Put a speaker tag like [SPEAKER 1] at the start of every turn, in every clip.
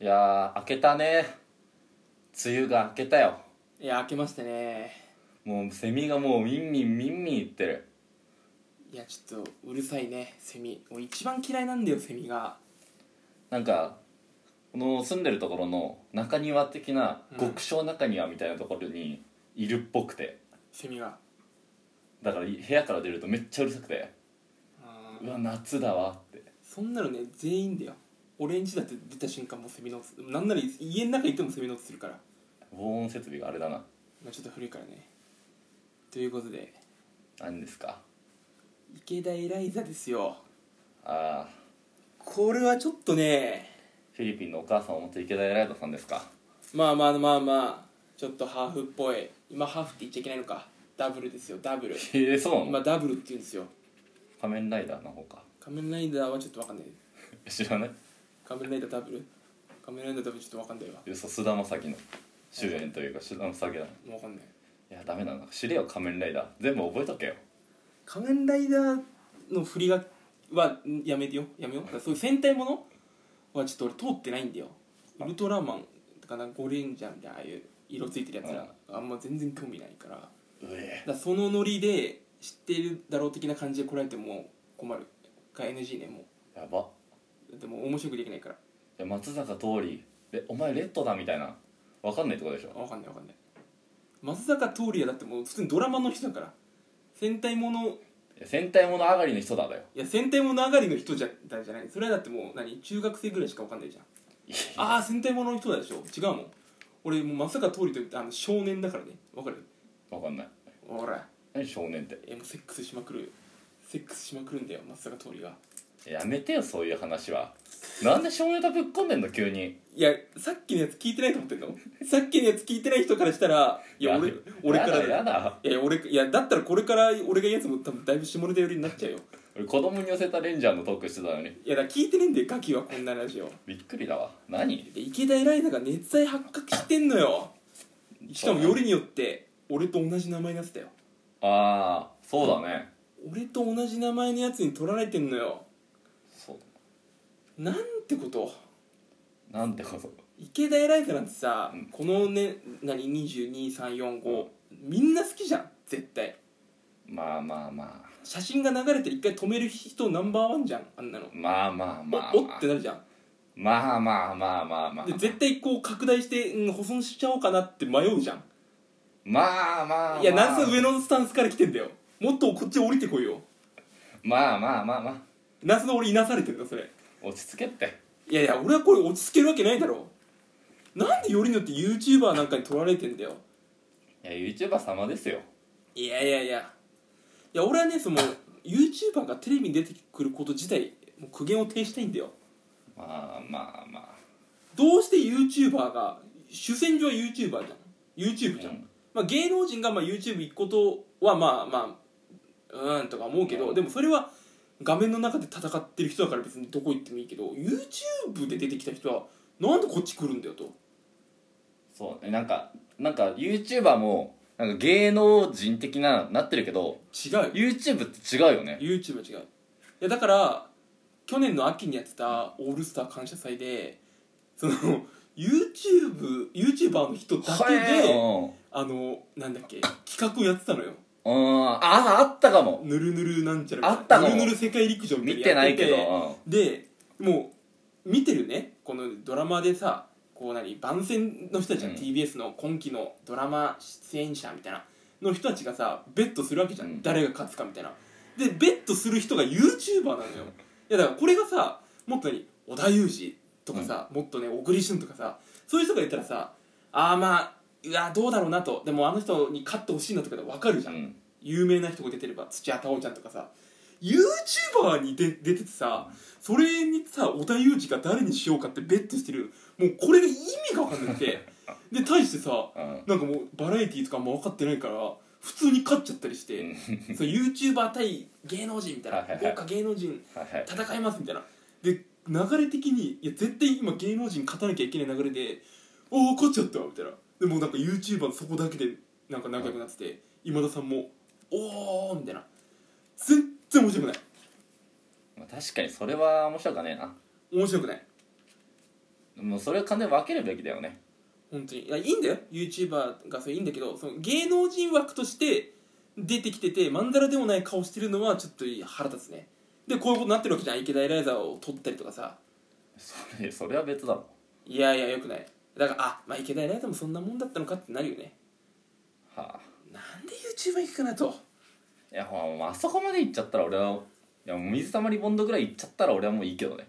[SPEAKER 1] いやー明けたね梅雨が明けたよ
[SPEAKER 2] いや明けましたね
[SPEAKER 1] もうセミがもうミンミンミンミン言ってる
[SPEAKER 2] いやちょっとうるさいねセミもう一番嫌いなんだよセミが
[SPEAKER 1] なんかこの住んでるところの中庭的な
[SPEAKER 2] うん
[SPEAKER 1] 極小中庭みたいなところにいるっぽくて
[SPEAKER 2] セミが
[SPEAKER 1] だからい部屋から出るとめっちゃうるさくて
[SPEAKER 2] あ
[SPEAKER 1] うわ夏だわって
[SPEAKER 2] そんなのね全員だよ俺ん家だって出た瞬間もうセミの音なんなら家の中行ってもセミの音するから、
[SPEAKER 1] 防音設備があれだな
[SPEAKER 2] まあ、ちょっと古いからねということで
[SPEAKER 1] 何ですか
[SPEAKER 2] 池田エライザですよ
[SPEAKER 1] ああ
[SPEAKER 2] これはちょっとね
[SPEAKER 1] フィリピンのお母さんを持つ池田エライザさんですか
[SPEAKER 2] まあまあまあまあちょっとハーフっぽい今ハーフって言っちゃいけないのかダブルですよダブル
[SPEAKER 1] えー、そうな
[SPEAKER 2] 今
[SPEAKER 1] の
[SPEAKER 2] ダブルって言うんですよ
[SPEAKER 1] 仮面ライダーの方か
[SPEAKER 2] 仮面ライダーはちょっとわかんない
[SPEAKER 1] 知らない
[SPEAKER 2] 仮面ライダーダブル仮面ライダーダブルちょっとわかんないわ
[SPEAKER 1] 嘘菅田将暉の主演というか菅田将暉だ
[SPEAKER 2] もうわかんない
[SPEAKER 1] いやダメだな知れよ仮面ライダー全部覚えとけよ
[SPEAKER 2] 仮面ライダーの振りがはんやめてよやめようだからそういう戦隊ものはちょっと俺通ってないんだよウルトラマンとかなゴレンジャーみたいなああいう色ついてるやつらあんま全然興味ないからだか
[SPEAKER 1] うえ
[SPEAKER 2] らそのノリで知ってるだろう的な感じで来られても困るか NG ねも
[SPEAKER 1] やば
[SPEAKER 2] うでも面白くできないから
[SPEAKER 1] いや松坂桃李えお前レッドだみたいなわかんないってことでしょ
[SPEAKER 2] わかんないわかんない松坂桃李はだってもう普通にドラマの人だから戦隊もの
[SPEAKER 1] いや戦隊もの上がりの人だだよ
[SPEAKER 2] いや戦隊もの上がりの人じゃだじゃないそれはだってもう何中学生ぐらいしかわかんないじゃんああ戦隊ものの人だでしょ違うもん俺もうまさか通りと言ってあの少年だからねわかる
[SPEAKER 1] わかんない
[SPEAKER 2] ほら
[SPEAKER 1] 何少年って
[SPEAKER 2] えもうセックスしまくるセックスしまくるんだよまさか通りが
[SPEAKER 1] やめてよそういう話はなんで少年とぶっ込んでんの急に
[SPEAKER 2] いやさっきのやつ聞いてないと思ってんのさっきのやつ聞いてない人からしたらいや俺
[SPEAKER 1] や
[SPEAKER 2] 俺から
[SPEAKER 1] やだやだ
[SPEAKER 2] いや俺いやだったらこれから俺が言うやつも多分だいぶ下ネタ寄りになっちゃうよ
[SPEAKER 1] 俺子供に寄せたレンジャーのトークしてたのに
[SPEAKER 2] いやだから聞いてねえんだよガキはこんなラジオ
[SPEAKER 1] びっくりだわ何
[SPEAKER 2] で池田エライザが熱愛発覚してんのよしかもよりによって俺と同じ名前のやつだよ
[SPEAKER 1] ああそうだね
[SPEAKER 2] 俺と同じ名前のやつに取られてんのよ
[SPEAKER 1] そう
[SPEAKER 2] なんてこと
[SPEAKER 1] なんてこと
[SPEAKER 2] 池田エライザなんてさ、
[SPEAKER 1] うん
[SPEAKER 2] このね何223455みんな好きじゃん絶対
[SPEAKER 1] まあまあまあ
[SPEAKER 2] 写真が流れて一回止める人ナンバーワンじゃんあんなの、
[SPEAKER 1] まあまあまあ
[SPEAKER 2] おおってなるじゃん
[SPEAKER 1] まあまあまあまあまあ
[SPEAKER 2] で絶対こう拡大して、うん、保存しちゃおうかなって迷うじゃん
[SPEAKER 1] まあまあ
[SPEAKER 2] いやなんせ上のスタンスから来てんだよもっとこっち降りてこいよ
[SPEAKER 1] まあまあまあまあ
[SPEAKER 2] 夏の俺いなされてるのそれ
[SPEAKER 1] 落ち着けって
[SPEAKER 2] いやいや俺はこれ落ち着けるわけないだろなんでよりによって YouTuber なんかに取られてんだよ
[SPEAKER 1] いや YouTuber 様ですよ
[SPEAKER 2] いやいやいやいや俺はねその YouTuber がテレビに出てくること自体もう苦言を呈したいんだよ
[SPEAKER 1] まあまあま
[SPEAKER 2] どうして YouTuber が主戦場は YouTuber じゃん YouTube じゃん、
[SPEAKER 1] うん
[SPEAKER 2] まあ、芸能人がまあ YouTube 行くことはまあまあうーんとか思うけど、
[SPEAKER 1] うん
[SPEAKER 2] でもそれは画面の中で戦ってる人だから別にどこ行ってもいいけど YouTube で出てきた人はなんでこっち来るんだよと
[SPEAKER 1] あそうねなんかなんか YouTuber もなんか芸能人的ななってるけど
[SPEAKER 2] 違うよ
[SPEAKER 1] YouTube って違うよね
[SPEAKER 2] YouTube は違ういやだから去年の秋にやってた「オールスター感謝祭で」その YouTube YouTuber の人だけ
[SPEAKER 1] へ
[SPEAKER 2] で
[SPEAKER 1] ー
[SPEAKER 2] あのなんだっけ企画をやってたのよ
[SPEAKER 1] うんうんあああったかも
[SPEAKER 2] ぬるぬるなんちゃら
[SPEAKER 1] あったの
[SPEAKER 2] ぬるぬる世界陸上み
[SPEAKER 1] 見
[SPEAKER 2] た
[SPEAKER 1] て
[SPEAKER 2] いな
[SPEAKER 1] な
[SPEAKER 2] のや
[SPEAKER 1] い
[SPEAKER 2] っ
[SPEAKER 1] け
[SPEAKER 2] て
[SPEAKER 1] ど、うん
[SPEAKER 2] でもう見てるねこのドラマでさこう何番宣の人たちが
[SPEAKER 1] うん
[SPEAKER 2] TBS の今期のドラマ出演者みたいなの人たちがさベットするわけじゃん、
[SPEAKER 1] うん
[SPEAKER 2] 誰が勝つかみたいなでベットする人が YouTuber なのよいやだからこれがさもっと何織田裕二とかさ、もっとね小栗旬とかさそういう人がいたらさああまあうわどうだろうなとでもあの人に勝ってほしいなとかで分かるじゃん
[SPEAKER 1] うん
[SPEAKER 2] 有名な人が出てれば土屋太鳳ちゃんとかさ YouTuber にで出ててさそれにさ織田裕二が誰にしようかってベットしてるもうこれが意味が分かんなくてで対してさ
[SPEAKER 1] うん
[SPEAKER 2] なんかもうバラエティーとかあんま分かってないから普通に勝っちゃったりして、
[SPEAKER 1] うん
[SPEAKER 2] そう YouTuber 対芸能人みたいな
[SPEAKER 1] はいはいはい
[SPEAKER 2] 豪華芸能人
[SPEAKER 1] はいはい
[SPEAKER 2] 戦いますみたいなで流れ的にいや絶対今芸能人勝たなきゃいけない流れで「おお勝っちゃった」みたいなでもうなんか YouTuber そこだけでなんか仲良くなってて今田さんも「おお」みたいな全然面白くない
[SPEAKER 1] まあ確かにそれは面白かねえな
[SPEAKER 2] 面白くない
[SPEAKER 1] もうそれは完全に分けるべきだよね
[SPEAKER 2] 本当にいやいいんだよ YouTuber がそれいいんだけどその芸能人枠として出てきててまんざらでもない顔してるのはちょっと腹立つねでこういうことになってるわけじゃん池田エライザーを撮ったりとかさ
[SPEAKER 1] それそれは別だろ
[SPEAKER 2] いやいやよくないだからあまあ池田エライザーもそんなもんだったのかってなるよね
[SPEAKER 1] はあ
[SPEAKER 2] なんで YouTuber 行くかなと
[SPEAKER 1] いやほらもうあそこまで行っちゃったら俺はいやもう水溜りボンドぐらい行っちゃったら俺はもういいけどね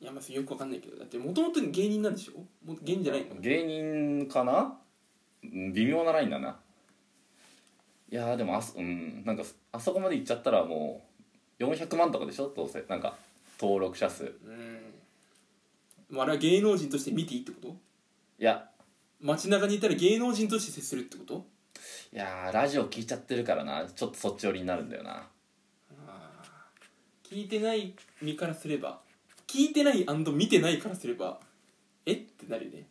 [SPEAKER 2] いやまあそれよくわかんないけどだってもともと芸人なんでしょもう芸人じゃないの
[SPEAKER 1] 芸人かなうん微妙なラインだないやーでもあそ,、うん、なんかあそこまで行っちゃったらもう400万とかでしょどうせなんか登録者数い
[SPEAKER 2] うんもうあれは芸能人として見ていいってこと
[SPEAKER 1] や
[SPEAKER 2] 街中にいたら芸能人として接するってこと
[SPEAKER 1] いやーラジオ聞いちゃってるからなちょっとそっち寄りになるんだよな
[SPEAKER 2] 聞いてない身からすれば聞いてない見てないからすればえってなるよね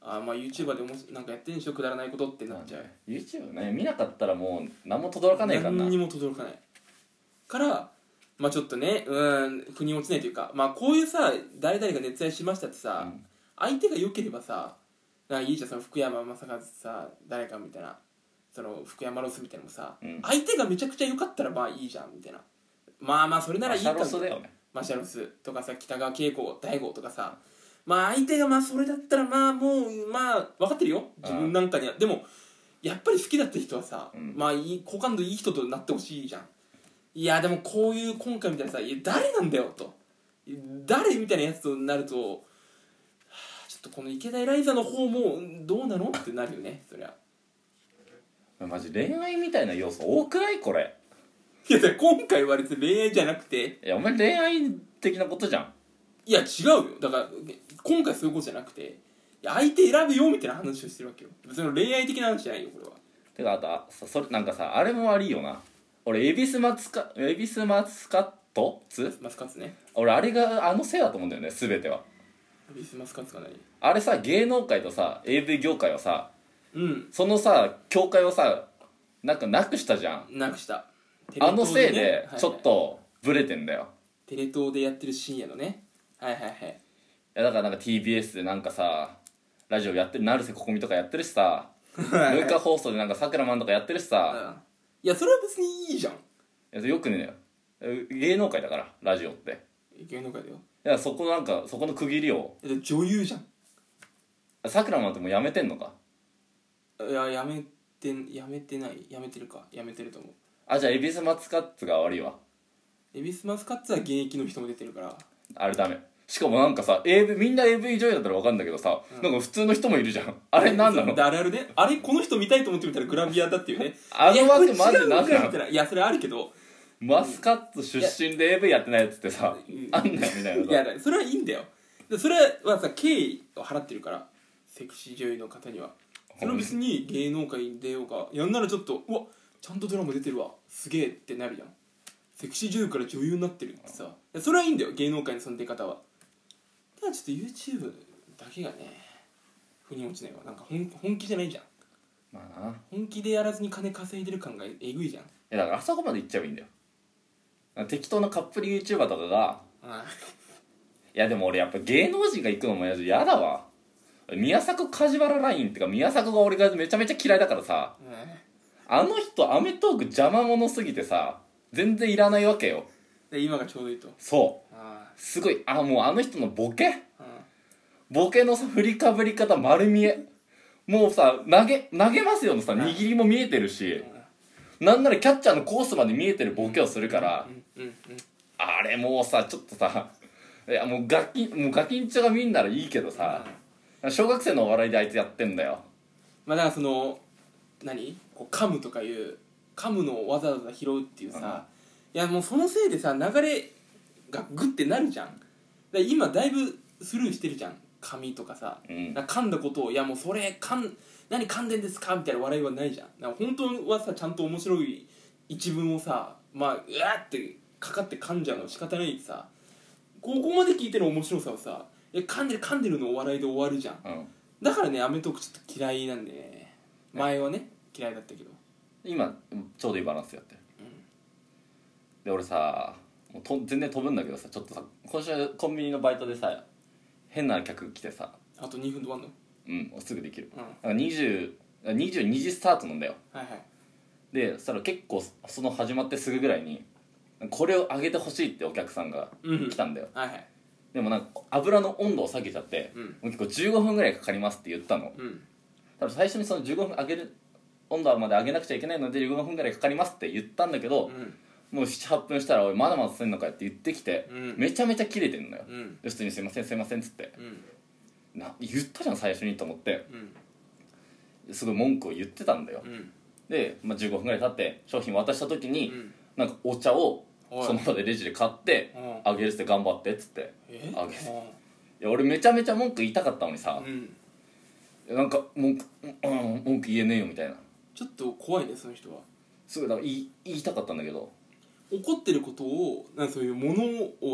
[SPEAKER 2] あーまあ YouTuber でもしなんかやってんでしょくだらないことってなっちゃう、
[SPEAKER 1] YouTube ね見なかったらもう何も轟かねえからな
[SPEAKER 2] 何にも届かないからまあちょっとねうーん腑に落ちないというかまあこういうさ誰々が熱愛しましたってさ、
[SPEAKER 1] うん
[SPEAKER 2] 相手が良ければさなんかいいじゃんその福山雅治さ誰かみたいなその福山ロスみたいなのもさ、
[SPEAKER 1] うん
[SPEAKER 2] 相手がめちゃくちゃ良かったらまあいいじゃんみたいなまあまあそれならいい
[SPEAKER 1] シャ
[SPEAKER 2] か
[SPEAKER 1] ロスだよね
[SPEAKER 2] マシャロスとかさ北川景子大悟とかさまあ相手がまあそれだったらまあもうまあ分かってるよ自分なんかにはでもやっぱり好きだった人はさ、
[SPEAKER 1] うん
[SPEAKER 2] まあいい好感度いい人となってほしいじゃんいやでもこういう今回みたいなさ「いや誰なんだよ」と「誰?」みたいなやつとなるとはあちょっとこの池田エライザの方もうんどうなのってなるよねそりゃ
[SPEAKER 1] マジ恋愛みたいな要素多くないこれ
[SPEAKER 2] いやだから今回は別に恋愛じゃなくて
[SPEAKER 1] いやお前恋愛的なことじゃん
[SPEAKER 2] いや違うよだから今回そういうことじゃなくていや相手選ぶよみたいな話をしてるわけよ別に恋愛的な話じゃないよこれは
[SPEAKER 1] てかあとあそそれなんかさあれも悪いよな俺恵比寿マツカ恵比寿マスカットつ
[SPEAKER 2] マスカッツね
[SPEAKER 1] 俺あれがあのせいだと思うんだよね全ては
[SPEAKER 2] ビスマスカッツかなり
[SPEAKER 1] あれさ芸能界とさ AV 業界はさ
[SPEAKER 2] うん
[SPEAKER 1] そのさ境界をさなんかなくしたじゃん
[SPEAKER 2] なくしたテレ
[SPEAKER 1] あ
[SPEAKER 2] 東
[SPEAKER 1] のせいで
[SPEAKER 2] ね
[SPEAKER 1] ちょっ
[SPEAKER 2] はいはい
[SPEAKER 1] とブレてんだよ、
[SPEAKER 2] テレ東でやってる深夜のねはいはいはい
[SPEAKER 1] いやだからなんか TBS でなんかさラジオやってる成瀬ここみとかやってるしさ文化放送 でなんかさくらまんとかやってるしさ
[SPEAKER 2] うんいやそれは別にいいじゃん
[SPEAKER 1] いやよくねえ芸能界だからラジオって
[SPEAKER 2] 芸能界だよ
[SPEAKER 1] いやそこなんかそこの区切りを
[SPEAKER 2] だって女優じゃん
[SPEAKER 1] さくらまんってもうやめてんのか
[SPEAKER 2] いややめてんやめてないやめてるかやめてると思う
[SPEAKER 1] あじゃあ恵比寿マツカッツが悪いわ
[SPEAKER 2] エビスマスカッツは現役の人も出てるから
[SPEAKER 1] あれダメしかもなんかさ AV みんな AV 女優だったら分かるんだけどさ、なんか普通の人もいるじゃんあれ何なの
[SPEAKER 2] であれあれねあれこの人見たいと思ってみたらグラビアだっていうね
[SPEAKER 1] あの枠マジ
[SPEAKER 2] いやこれ違う
[SPEAKER 1] なんなの
[SPEAKER 2] みたいないやそれあるけど
[SPEAKER 1] マスカッツ出身で AV やってないやつってさ、
[SPEAKER 2] うん
[SPEAKER 1] あんなよみたい
[SPEAKER 2] い
[SPEAKER 1] な
[SPEAKER 2] や
[SPEAKER 1] さ
[SPEAKER 2] それはいいんだよでそれはさ敬意を払ってるからセクシー女優の方にはそれは別に芸能界に出ようかやんならちょっとうわちゃんとドラマ出てるわすげえってなるじゃんセクシー女優から女優になってるってさいやそれはいいんだよ芸能界のその出方はただちょっと YouTube だけがね腑に落ちないわなんか本本気じゃないじゃん
[SPEAKER 1] まあない
[SPEAKER 2] 本気でやらずに金稼いでる感がえぐいじゃん
[SPEAKER 1] やだからあそこまで行っちゃえばいいんだよ適当なカップル YouTuber とかが
[SPEAKER 2] あ
[SPEAKER 1] いやでも俺やっぱ芸能人が行くのもややだわ宮迫梶原ラインってか宮迫が俺がめちゃめちゃ嫌いだからさ
[SPEAKER 2] あうん
[SPEAKER 1] あの人アメトーク邪魔者すぎてさ全然いらないわけよ
[SPEAKER 2] で今がちょうどいいと
[SPEAKER 1] そう
[SPEAKER 2] あ
[SPEAKER 1] すごいあもうあの人のボケ
[SPEAKER 2] あうん
[SPEAKER 1] ボケのさ振りかぶり方丸見えもうさ投げ投げますよのさ
[SPEAKER 2] うん
[SPEAKER 1] 握りも見えてるしなんならキャッチャーのコースまで見えてるボケをするから
[SPEAKER 2] うんうんうん
[SPEAKER 1] あれもうさちょっとさいやもうガキンもうガキンチョが見んならいいけどさ小学生のお笑いであいつやってんだよ
[SPEAKER 2] まあだからその何こう噛むとかいう噛むのをわざわざ拾うっていうさ、いやもうそのせいでさ流れがグッてなるじゃんで今だいぶスルーしてるじゃん髪とかさ、
[SPEAKER 1] うん
[SPEAKER 2] なんか噛んだことを「いやもうそれ噛ん何噛んでんですか?」みたいな笑いはないじゃんなんか本当はさちゃんと面白い一文をさまあうわーってかかって噛んじゃうのは仕方ないさここまで聞いてる面白さをさいや噛んでる噛んでるのお笑いで終わるじゃん
[SPEAKER 1] うん
[SPEAKER 2] だからねアメトークちょっと嫌いなんでね前はね嫌いだったけど
[SPEAKER 1] 今ちょうどいいバランスやってる、で俺さもうと全然飛ぶんだけどさちょっとさ今週コンビニのバイトでさ変な客来てさ
[SPEAKER 2] あと2分で終わんの
[SPEAKER 1] うんすぐできる
[SPEAKER 2] うんは
[SPEAKER 1] なんか20あ22時スタートなんだよ
[SPEAKER 2] いはい
[SPEAKER 1] でそしたら結構その始まってすぐぐらいにこれを上げてほしいってお客さんが
[SPEAKER 2] うん
[SPEAKER 1] 来たんだよ、
[SPEAKER 2] はいはい
[SPEAKER 1] でもなんか油の温度を下げちゃって、
[SPEAKER 2] うん
[SPEAKER 1] もう結構15分ぐらいかかりますって言ったの
[SPEAKER 2] うん
[SPEAKER 1] 多分最初にその15分上げる温度まで上げなくちゃいけないので15分ぐらいかかりますって言ったんだけど
[SPEAKER 2] う、ん
[SPEAKER 1] もう78分したら「おいまだまだすんのかよ」って言ってきて、
[SPEAKER 2] うん
[SPEAKER 1] めちゃめちゃキレてんのよ、
[SPEAKER 2] うん
[SPEAKER 1] で普通に「すいませんすいません」っつって
[SPEAKER 2] うん
[SPEAKER 1] な言ったじゃん最初にと思って
[SPEAKER 2] うん
[SPEAKER 1] すごい文句を言ってたんだよ、
[SPEAKER 2] うん
[SPEAKER 1] で、まあ、15分ぐらい経って商品渡した時に、
[SPEAKER 2] うん
[SPEAKER 1] なんかお茶を
[SPEAKER 2] おい
[SPEAKER 1] その場でレジで買って
[SPEAKER 2] うん
[SPEAKER 1] あげるっつって頑張ってっつって
[SPEAKER 2] え
[SPEAKER 1] あげていや俺めちゃめちゃ文句言いたかったのに
[SPEAKER 2] う
[SPEAKER 1] さ、
[SPEAKER 2] ん
[SPEAKER 1] なんか文句、うん、文句言えねえよみたいな
[SPEAKER 2] ちょっと怖いねその人は
[SPEAKER 1] すぐだから言い言いたかったんだけど
[SPEAKER 2] 怒ってることをなんかそういうもの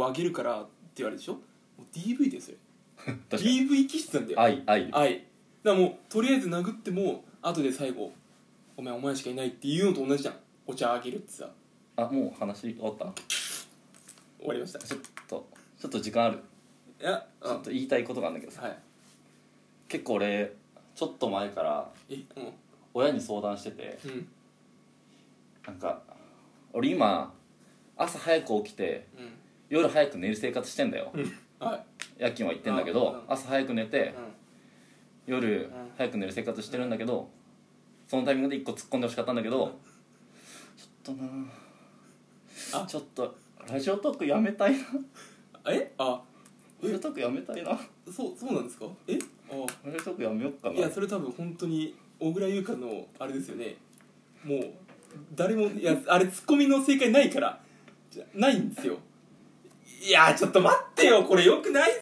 [SPEAKER 2] をあげるからってあれでしょもう DV ですよ
[SPEAKER 1] 確かに
[SPEAKER 2] DV 気質なんだよ
[SPEAKER 1] 愛愛
[SPEAKER 2] 愛だからもうとりあえず殴っても後で最後「お前お前しかいない」っていうのと同じじゃんお茶あげるってさ
[SPEAKER 1] あもう話終わった
[SPEAKER 2] 終わりましたい
[SPEAKER 1] ちょっとちょっと時間ある
[SPEAKER 2] や
[SPEAKER 1] ちょ
[SPEAKER 2] あ
[SPEAKER 1] っと言いたいことがあるんだけどさ
[SPEAKER 2] はい
[SPEAKER 1] 結構俺ちょっと前から
[SPEAKER 2] えうん
[SPEAKER 1] 親に相談してて
[SPEAKER 2] うん
[SPEAKER 1] なんか俺今朝早く起きて
[SPEAKER 2] うん
[SPEAKER 1] 夜早く寝る生活してんだよ
[SPEAKER 2] はい
[SPEAKER 1] 夜勤は行ってんだけ
[SPEAKER 2] う
[SPEAKER 1] ど
[SPEAKER 2] ん
[SPEAKER 1] 朝早く寝て夜
[SPEAKER 2] ん
[SPEAKER 1] 早く寝る生活してるんだけどそのタイミングで一個突っ込んでほしかったんだけどちょっとな
[SPEAKER 2] あ
[SPEAKER 1] あちょっとラジオトークやめたいな
[SPEAKER 2] うんえあ
[SPEAKER 1] ラジオトークやめたいなラ
[SPEAKER 2] そうそうなんですかえあ
[SPEAKER 1] ジオトークやめよっかない
[SPEAKER 2] やそれ多分本当に小倉優香のあれですよねもう誰もいやあれツッコミの正解ないからじゃないんですよいやちょっと待ってよこれよくないっ